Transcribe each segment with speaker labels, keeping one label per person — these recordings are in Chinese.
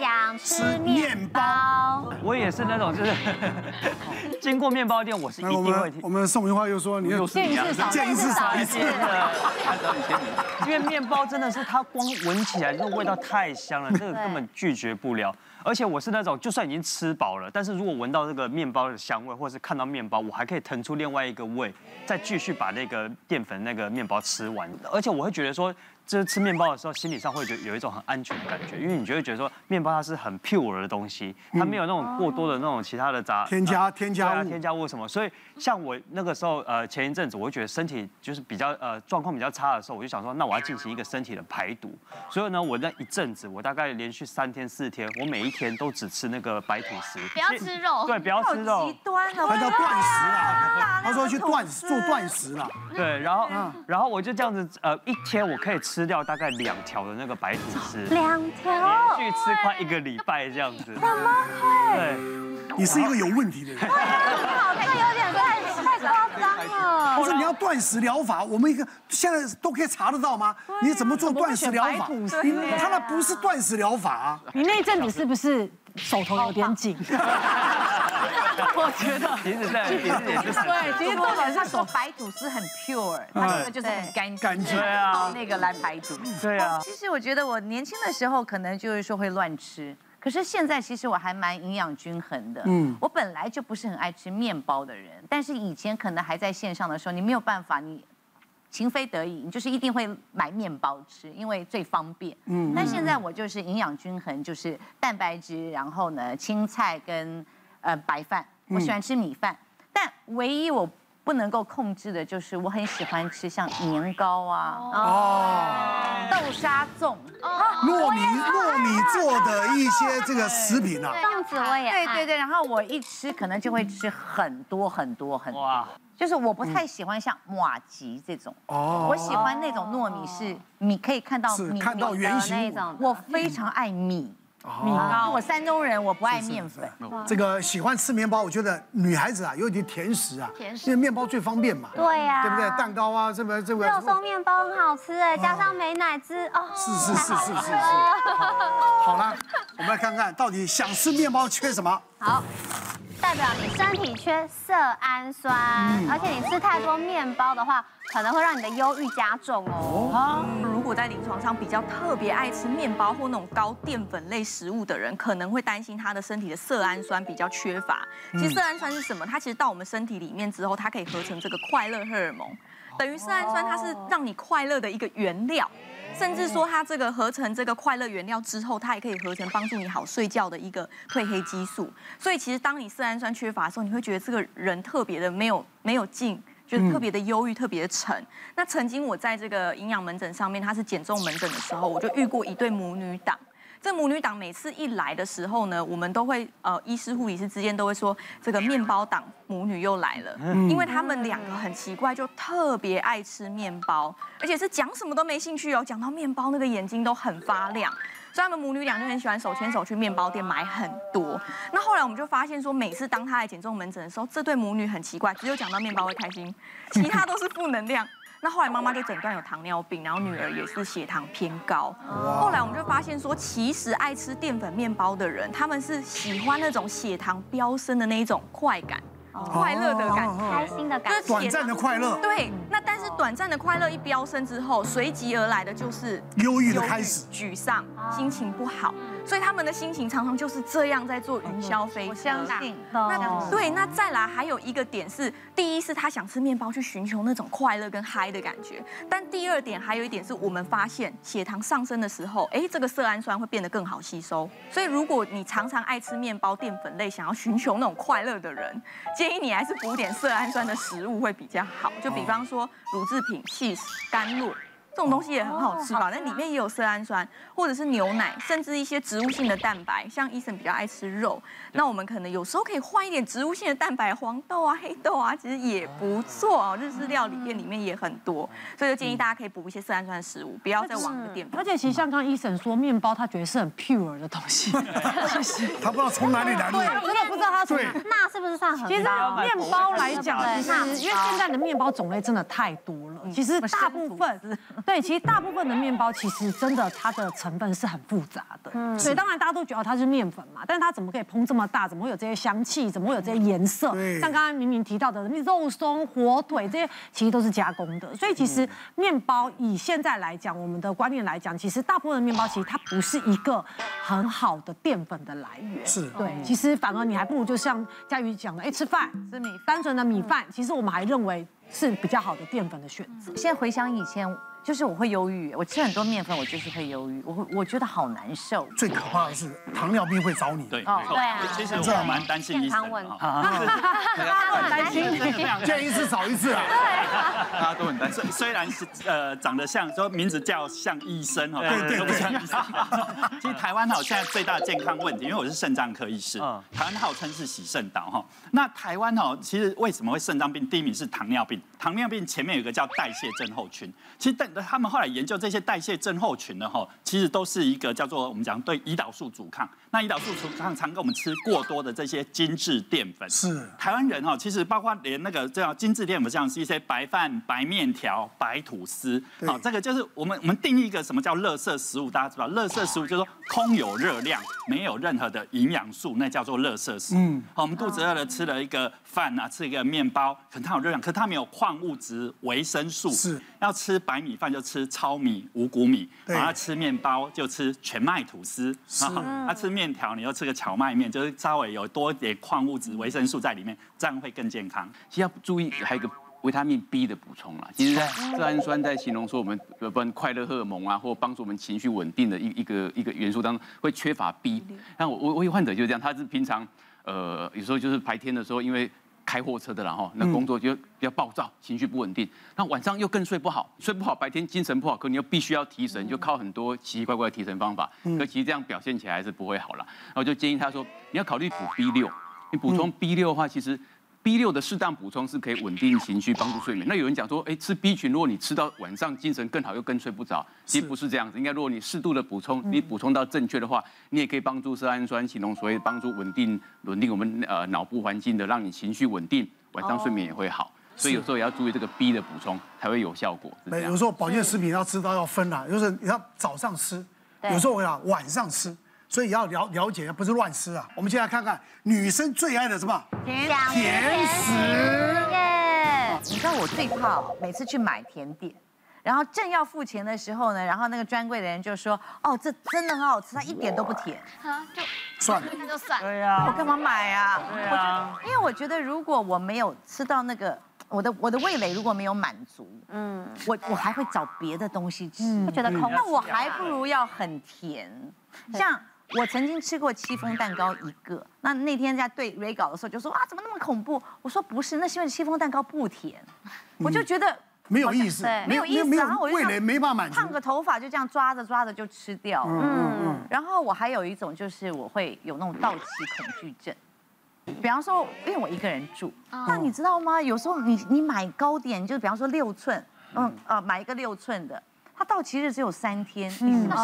Speaker 1: 想吃面包。
Speaker 2: 我也是那种，就是经过面包店，我是一
Speaker 3: 那我
Speaker 2: 定会
Speaker 3: 们
Speaker 2: 听
Speaker 3: 我。们宋云花又说，你要
Speaker 2: 又是你啊
Speaker 1: 见识少
Speaker 3: 见识少一
Speaker 2: 真
Speaker 3: 次
Speaker 2: 的，他找你签名， 因为面包真的是它光闻起来这个味道太香
Speaker 3: 嗯
Speaker 2: 了，这个根本拒绝不了。而且我是那种，就算已经吃饱了，但是如果闻到这个面包的香味，或是看到面包，我还可以腾出另外一个胃，再继续把那个淀粉那个面包吃完。而且我会觉得说，就是吃面包的时候，心理上会觉得有一种很安全的感觉，因为你就会觉得说，面包它是很 pure 的东西，它没有那种过多的那种其他的杂
Speaker 3: 添加添加
Speaker 2: 对啊
Speaker 3: 物
Speaker 2: 添加物什么。所以像我那个时候，呃，前一阵子我会觉得身体就是比较呃状况比较差的时候，我就想说，那我要进行一个身体的排毒。所以呢，我那一阵子，我大概连续三天四天，我每一天都只吃那个白吐司，
Speaker 1: 不要吃肉
Speaker 2: 对，不要吃
Speaker 4: 好
Speaker 2: 肉
Speaker 4: 极，端哦，
Speaker 3: 他叫断食啊，他说去断
Speaker 4: 食
Speaker 3: 食做断食了。
Speaker 2: 对，然后
Speaker 1: 嗯
Speaker 2: 然后我就这样子，呃，一天我可以吃掉大概两条的那个白吐司，连
Speaker 1: 两条，
Speaker 2: 续吃快一个礼拜这样子。对。
Speaker 3: 你是一个有问题的人，
Speaker 1: 好，这个有点太太夸张了。
Speaker 3: 不是你要断食疗法，我们一个现在都可以查得到吗？你怎么做断食疗法？你他那不是断食疗法啊，
Speaker 5: 你那一阵子是不是手头有点紧？我觉得。
Speaker 2: 其实 在，其实也是
Speaker 6: 哦
Speaker 5: 对，其实重
Speaker 4: 他
Speaker 5: 点是嗯
Speaker 4: 说
Speaker 5: 手。
Speaker 4: 白吐司很 pure，他那个就是很干净，
Speaker 3: 干净
Speaker 2: 对啊
Speaker 4: 靠那个来排毒。
Speaker 2: 对啊。
Speaker 4: 呃其实我觉得我年轻的时候可能就是说会乱吃，可是现在其实我还蛮营养均衡的。嗯，我本来就不是很爱吃面包的人，但是以前可能还在线上的时候，你没有办法，你情非得已，你就是一定会买面包吃，因为最方便。嗯，但现在我就是营养均衡，就是蛋白质，然后呢青菜跟呃白饭，我喜欢吃米饭，但唯一我。不能够控制的就是，我很喜欢吃像年糕啊、
Speaker 3: 哦
Speaker 4: 豆沙粽，
Speaker 3: 糯米糯米做的一些这个食品啊，
Speaker 1: 粽子我也
Speaker 4: 对
Speaker 1: 爱
Speaker 4: 对对，然后我一吃可能就会吃很多很多很多，
Speaker 2: 哇，
Speaker 4: 就是我不太喜欢像马吉这种，哦，我喜欢那种糯米是米可以看到
Speaker 3: 是
Speaker 4: 米
Speaker 3: 看到
Speaker 4: 粒
Speaker 3: 原
Speaker 1: 的那
Speaker 3: 型。哦
Speaker 1: 种的。
Speaker 4: 我哦非常爱米米糕，我山东人我不爱面粉，
Speaker 3: 这个喜欢吃面包，我觉得女孩子啊，尤其甜食啊，
Speaker 1: 甜食
Speaker 3: 因为面包最方便嘛，
Speaker 1: 对呀
Speaker 3: 对不对？蛋糕啊，这个这个
Speaker 1: 肉松面包很好吃哎，加上美乃滋哦，
Speaker 3: 是是是是 是
Speaker 1: 太好
Speaker 3: 是。好了，我们来看看到底想吃面包缺什么？
Speaker 1: 好，代表你身体缺色氨酸，而且你吃太多面包的话，可能会让你的忧郁加重哦。
Speaker 6: 如果在临床上比较特别爱吃面包或那种高淀粉类食物的人，可能会担心他的身体的色氨酸比较缺乏。
Speaker 5: 嗯
Speaker 6: 其实色氨酸是什么？它其实到我们身体里面之后，它可以合成这个快乐荷尔蒙，等于色氨酸它是让你快乐的一个原料。甚至说它这个合成这个快乐原料之后，它也可以合成帮助你好睡觉的一个褪黑激素。所以其实当你色氨酸缺乏的时候，你会觉得这个人特别的没有 没有劲。就是特别的忧郁，特别的沉。那曾经我在这个营养门诊上面，它是减重门诊的时候，我就遇过一对母女档。这母女档每次一来的时候呢，我们都会呃，医师护理师之间都会说，这个面包档母女又来了，因为他们两个很奇怪，就特别爱吃面包，而且是讲什么都没兴趣哦，讲到面包那个眼睛都很发亮。所以他们母女俩就很喜欢手牵手去面包店买很多。那后来我们就发现说，每次当她来减重门诊的时候，这对母女很奇怪，只有讲到面包会开心，其他都是负能量。那后来妈妈就诊断有糖尿病，然后女儿也是血糖偏高。后来我们就发现说，其实爱吃淀粉面包的人，他们是喜欢那种血糖飙升的那一种快感。快乐的感觉，
Speaker 1: 开心的感
Speaker 6: 就是
Speaker 1: 觉，
Speaker 3: 哦短暂的快乐
Speaker 6: 对，那但是短暂的快乐一飙升之后，随即而来的就是
Speaker 3: 忧郁的开始
Speaker 6: 忧郁沮丧、
Speaker 4: 啊
Speaker 6: 心情不好，所以他们的心情常常就是这样在坐云霄飞车。
Speaker 4: 哦我相信。
Speaker 1: 哦
Speaker 6: 那对，那再来还有一个点是，第一是他想吃面包去寻求那种快乐跟嗨的感觉，但第二点还有一点是我们发现血糖上升的时候，哎，这个色氨酸会变得更好吸收。所以如果你常常爱吃面包、淀粉类，想要寻求那种快乐的人，建议你还是补点色氨酸的食物会比较好。就比方说乳制品、cheese、甘露。这种东西也很哦好吃啊吧？那里面也有色氨酸，或者是牛奶，甚至一些植物性的蛋白。像医生比较爱吃肉，那我们可能有时候可以换一点植物性的蛋白，黄豆啊、黑豆啊，其实也不错哦。日式料理店里面也很多，所以就建议大家可以补一些色氨酸的食物，不要再往那个淀粉
Speaker 5: 而。且其实像刚刚医生说，面包他觉得是很 pure 的东西。 其实
Speaker 3: 他不知道从哪里来的。
Speaker 5: 我真的不知道他从哪。
Speaker 1: 那是不是算很
Speaker 5: 其实
Speaker 1: 高？
Speaker 5: 面包来讲，其实因为现在的面包种类真的太多了，其实大部分，对，其实大部分的面包其实真的它的成分是很复杂的，所以当然大家都觉得嗯哦它是面粉嘛，但是它怎么可以烹这么大？怎么会有这些香气？怎么会有这些颜色？
Speaker 3: 对
Speaker 5: 像刚刚明明提到的肉松、火腿这些，其实都是加工的。所以其实面包以现在来讲，我们的观念来讲，其实大部分的面包其实它不是一个很好的淀粉的来源。
Speaker 3: 是
Speaker 5: 对，其实反而你还不如就像佳瑜讲的，哎，吃饭
Speaker 4: 吃米饭
Speaker 5: 单纯的米饭，其实我们还认为是比较好的淀粉的选择。
Speaker 4: 现在回想以前，就是我会忧郁，我吃很多面粉，我就是会忧郁，我会我觉得好难受。
Speaker 3: 最可怕的是糖尿病会找你。
Speaker 7: 对，
Speaker 4: 哦
Speaker 7: 没错
Speaker 1: 对啊
Speaker 7: 其实我还蛮担心
Speaker 1: 健
Speaker 7: 医
Speaker 1: 康
Speaker 7: 生
Speaker 1: 问
Speaker 7: 的
Speaker 1: 题
Speaker 7: 啊，
Speaker 1: 很担心你。
Speaker 3: 见一次少一次啊！
Speaker 7: 大家都很担心。虽虽然是呃长得像，说名字叫像医生哦，但
Speaker 3: 对
Speaker 7: 是都不像医生。 其实台湾好现在最大的健康问题，因为我是肾脏科医师
Speaker 2: 嗯，
Speaker 7: 台湾号称是洗肾岛哈。那台湾哦，其实为什么会肾脏病？第一名是糖尿病，糖尿病前面有个叫代谢症候群。其实但他们后来研究这些代谢症候群呢，哈，其实都是一个叫做我们讲对胰岛素阻抗。那胰岛素阻抗常跟我们吃过多的这些精致淀粉
Speaker 3: 是
Speaker 7: 台湾人哦，其实包括连那个这样精致淀粉，像是一些白饭、白面条、白吐司，
Speaker 3: 对
Speaker 7: 好，这个就是我们我们定义一个什么叫垃圾食物，大家知道，垃圾食物就是说空有热量，没有任何的营养素，那叫做垃圾食物。嗯，好，我们肚子饿了吃了一个饭啊，吃一个面包，可能它有热量，可它没有矿物质、维生素。
Speaker 3: 是，
Speaker 7: 要吃白米饭就吃糙米、五谷米，
Speaker 3: 对
Speaker 7: 然后吃面包就吃全麦吐司，
Speaker 3: 是
Speaker 7: 啊，吃面条你又吃个荞麦面，就是稍微有多一点矿物质、维生素在里面，这样会更健康。
Speaker 8: 其实要注意还有一个维他命 B 的补充啦。其实在色氨酸在形容说我们呃不然快乐荷尔蒙啊，或帮助我们情绪稳定的一一个一个元素当中会缺乏 B。那我我我有患者就是这样，他是平常呃有时候就是白天的时候因为。开货车的啦哈，那工作就比较暴躁，情绪不稳定。那晚上又更睡不好，睡不好，白天精神不好，可你又必须要提神，就靠很多奇奇怪怪的提神方法。可其实这样表现起来还是不会好了。然后就建议他说，你要考虑补 B 六。你补充 B 六的话，其实 B 六的适当补充是可以稳定情绪、帮助睡眠。那有人讲说，哎，吃 B 群，如果你吃到晚上精神更好，又更睡不着，其实不是这样子。应该如果你适度的补充，你补充到正确的话，你也可以帮助色氨酸、形容所谓帮助稳定、稳定我们呃脑部环境的，让你情绪稳定，晚上睡眠也会好。所以有时候也要注意这个 B 的补充才会有效果。是这
Speaker 3: 没，
Speaker 8: 样
Speaker 3: 有时候保健食品要知道要分啦，有时候你要早上吃，
Speaker 1: 对
Speaker 3: 有时候我要晚上吃，所以要了了解，不是乱吃啊。我们现在看看女生最爱的什么？
Speaker 1: 想甜食耶，
Speaker 4: 你知道我最怕哦每次去买甜点，然后正要付钱的时候呢，然后那个专柜的人就说：“哦，这真的很好吃，它一点都不甜。”
Speaker 3: 算了，
Speaker 1: 那就算了。
Speaker 2: 对
Speaker 4: 我
Speaker 2: 呀，
Speaker 4: 干嘛买啊？
Speaker 2: 对啊
Speaker 4: 我就因为我觉得如果我没有吃到那个我的我的味蕾如果没有满足，嗯，我我还会找别的东西吃，
Speaker 1: 会觉得空
Speaker 4: 那我还不如要很甜，像。我曾经吃过戚风蛋糕一个，那那天在对 Ray 搞的时候就说哇怎么那么恐怖？我说不是，那是因为戚风蛋糕不甜，我就觉得
Speaker 3: 没有意思，
Speaker 1: 对
Speaker 4: 没有意思，
Speaker 3: 没有
Speaker 4: 然后我就
Speaker 3: 味
Speaker 4: 这
Speaker 3: 蕾
Speaker 4: 样
Speaker 3: 没办法满足
Speaker 4: 烫。个头发就这样抓着抓着就吃掉了。
Speaker 3: 嗯嗯，
Speaker 4: 然后我还有一种就是我会有那种倒骑恐惧症，比方说，因为我一个人住，那你知道吗？有时候你你买糕点，就是比方说六寸，嗯呃，买一个六寸的。它到期日只有三天，你是不是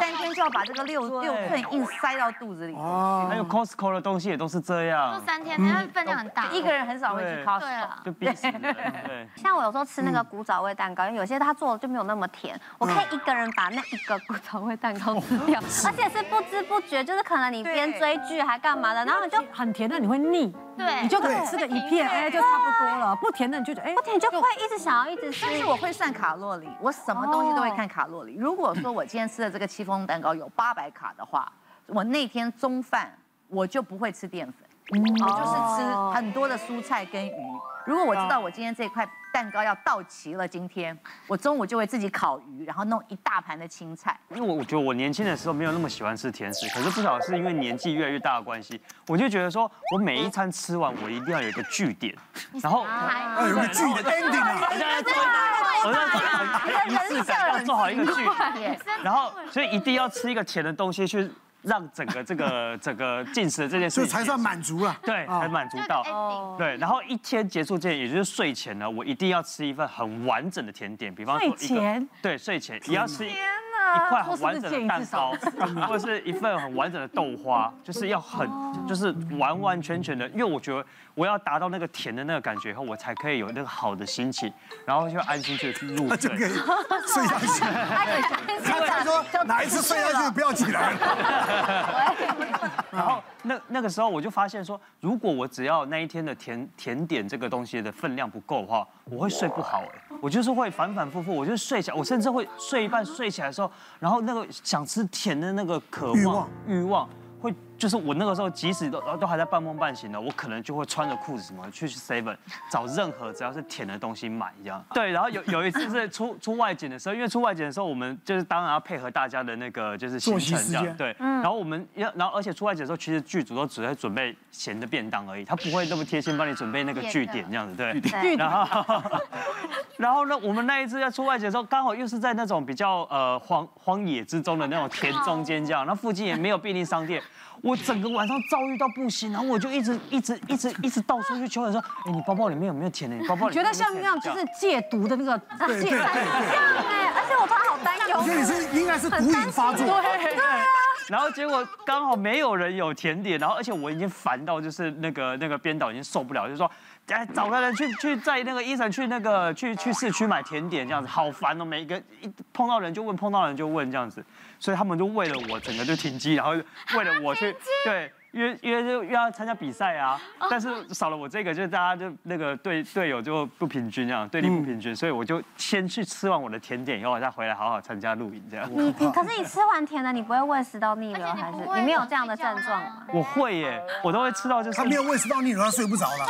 Speaker 4: 三天就要把这个六六寸硬塞到肚子里？
Speaker 2: 还有 Costco 的东西也都是这样，
Speaker 9: 三天，因为分量很大。
Speaker 4: 一个人很少会
Speaker 2: 对
Speaker 4: 去
Speaker 9: 对
Speaker 4: Costco。
Speaker 9: 啊，
Speaker 2: 就逼死人。对，
Speaker 1: 像我有时候吃那个
Speaker 5: 嗯
Speaker 1: 古早味蛋糕，因为有些它做的就没有那么甜，我可以一个人把那一个古早味蛋糕
Speaker 5: 哦
Speaker 1: 吃掉，而且是不知不觉，就是可能你边追剧还干嘛的，然后你就
Speaker 5: 很甜的你会腻，
Speaker 9: 对
Speaker 5: 你就可能吃个一片，哎，就差不多了。不甜的你就觉得，哎，
Speaker 1: 不甜就会一直想要一直吃。
Speaker 4: 但是我会算卡路里，我什么东西都会看卡路里。如果说我今天吃的这个戚风蛋糕有八百卡的话，我那天中饭我就不会吃淀粉，
Speaker 1: 嗯
Speaker 4: 我就是吃
Speaker 1: 哦
Speaker 4: 很多的蔬菜跟鱼。如果我知道
Speaker 1: 嗯
Speaker 4: 我今天这块蛋糕要到齐了，今天我中午就会自己烤鱼，然后弄一大盘的青菜。
Speaker 2: 因为我我觉得我年轻的时候没有那么喜欢吃甜食，可是不晓得是因为年纪越来越大的关系，我就觉得说我每一餐吃完我一定要有一个据点，然后
Speaker 1: 啊
Speaker 3: 哎，有个剧的 ending 啊，
Speaker 2: 大家做，我要做好
Speaker 4: 啊
Speaker 2: 仪式感，要做好一个剧，然后所以一定要吃一个甜的东西去让整个这个整个进食的这件事
Speaker 3: 所以
Speaker 2: 情
Speaker 3: 才算满足 啊了。
Speaker 2: 对，才满足到。
Speaker 1: 哎
Speaker 2: 对，然后一天结束之前，也就是睡前呢，我一定要吃一份很完整的甜点，比方说一个
Speaker 5: 睡前
Speaker 2: 对睡前也要吃一。一块很完整的蛋糕， 或者是一份很完整的豆花，就是要很就是完完全全的，因为我觉得我要达到那个甜的那个感觉以后，我才可以有那个好的心情，然后就安心去入
Speaker 3: 就
Speaker 2: 睡
Speaker 3: 可。以睡下去。他他说哪一次睡下去不要起来了，
Speaker 2: 然
Speaker 3: 嗯
Speaker 2: 后那那个时候我就发现说，如果我只要那一天的甜甜点这个东西的分量不够的话，我会睡不好哎，我就是会反反复复，我就睡起来，我甚至会睡一半睡起来的时候，然后那个想吃甜的那个渴望
Speaker 3: 欲望
Speaker 2: 欲望会就是我那个时候，即使都都还在半梦半醒的，我可能就会穿着裤子什么去 Seven 找任何只要是甜的东西买这样。对，然后有有一次是出出外景的时候，因为出外景的时候，我们就是当然要配合大家的那个就是行
Speaker 3: 作息
Speaker 2: 程
Speaker 3: 时
Speaker 2: 这样
Speaker 3: 间
Speaker 2: 对。
Speaker 5: 嗯
Speaker 2: 然后我们要，然后而且出外景的时候，其实剧组都只会准备咸的便当而已，他不会那么贴心帮你准备那个据
Speaker 5: 啊
Speaker 2: 点这样子对。
Speaker 1: 对
Speaker 2: 然后， 然后呢，我们那一次在出外景的时候，刚好又是在那种比较呃荒荒野之中的那种田中间这样，那附近也没有便利商店，我整个晚上遭遇到不行，然后我就一直一直一直一直到处去求人说，哎，你包包里面有没有钱的？你包包
Speaker 5: 我
Speaker 2: 里
Speaker 5: 觉
Speaker 2: 面有没有
Speaker 5: 得
Speaker 2: 钱
Speaker 5: 像那样就
Speaker 2: 这
Speaker 5: 是戒毒的那个戒
Speaker 3: 对
Speaker 1: 哎，而且我爸好担忧
Speaker 3: 我。觉得你是应该是毒瘾发作。
Speaker 2: 然后结果刚好没有人有甜点，然后而且我已经烦到就是那个那个编导已经受不了，就说，哎，找个人去去在那个医生去那个去去市区买甜点这样子，好烦哦，每一个一碰到人就问，碰到人就问这样子，所以他们就为了我整个就停机，然后为了我去对。约约就约要参加比赛啊，但是少了我这个，就是大家就那个队队友就不平均这样，队力不平均，所以我就先去吃完我的甜点以后，我再回来好好参加露营这样。
Speaker 1: 你你可是你吃完甜的，你不会胃食道逆流还是你没有这样的症状
Speaker 4: 啊
Speaker 1: 吗？
Speaker 2: 我会耶，我都会吃到就是
Speaker 3: 他没有胃食道逆流，他睡不着了。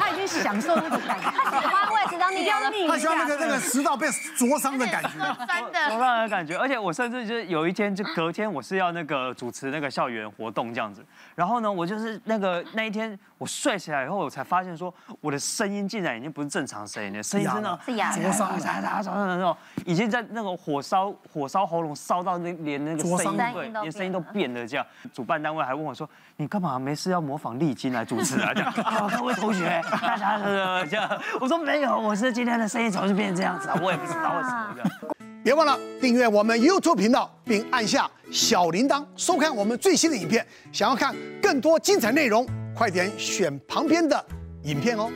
Speaker 5: 他已经享受那个感觉。
Speaker 1: 喜欢胃食道逆流的病。
Speaker 3: 他喜欢那个那个食道被灼伤的感 觉。
Speaker 4: 酸的。
Speaker 2: 我让人感觉，而且我甚至就是有一天，就隔天我是要那个主持那个校园活动这样子，然后呢，我就是那个那一天我睡起来以后，我才发现说我的声音竟然已经不是正常声音了，声音真的
Speaker 1: 是哑的
Speaker 2: 灼伤了，那种已经在那种火烧火烧喉咙烧到那连那个
Speaker 3: 灼
Speaker 2: 声
Speaker 3: 伤
Speaker 2: 音
Speaker 1: 了
Speaker 2: 对，连声音都变了这样。主办单位还问我说：“你干嘛没事要模仿丽晶来主持啊？”这 样，啊各位同学，大家呃这样，我说没有，我是今天的声音怎么就变成这样子啊？我也不知道为什么这样。
Speaker 9: 别忘了订阅我们 YouTube 频道，并按下小铃铛，收看我们最新的影片。想要看更多精彩内容，快点选旁边的影片哦。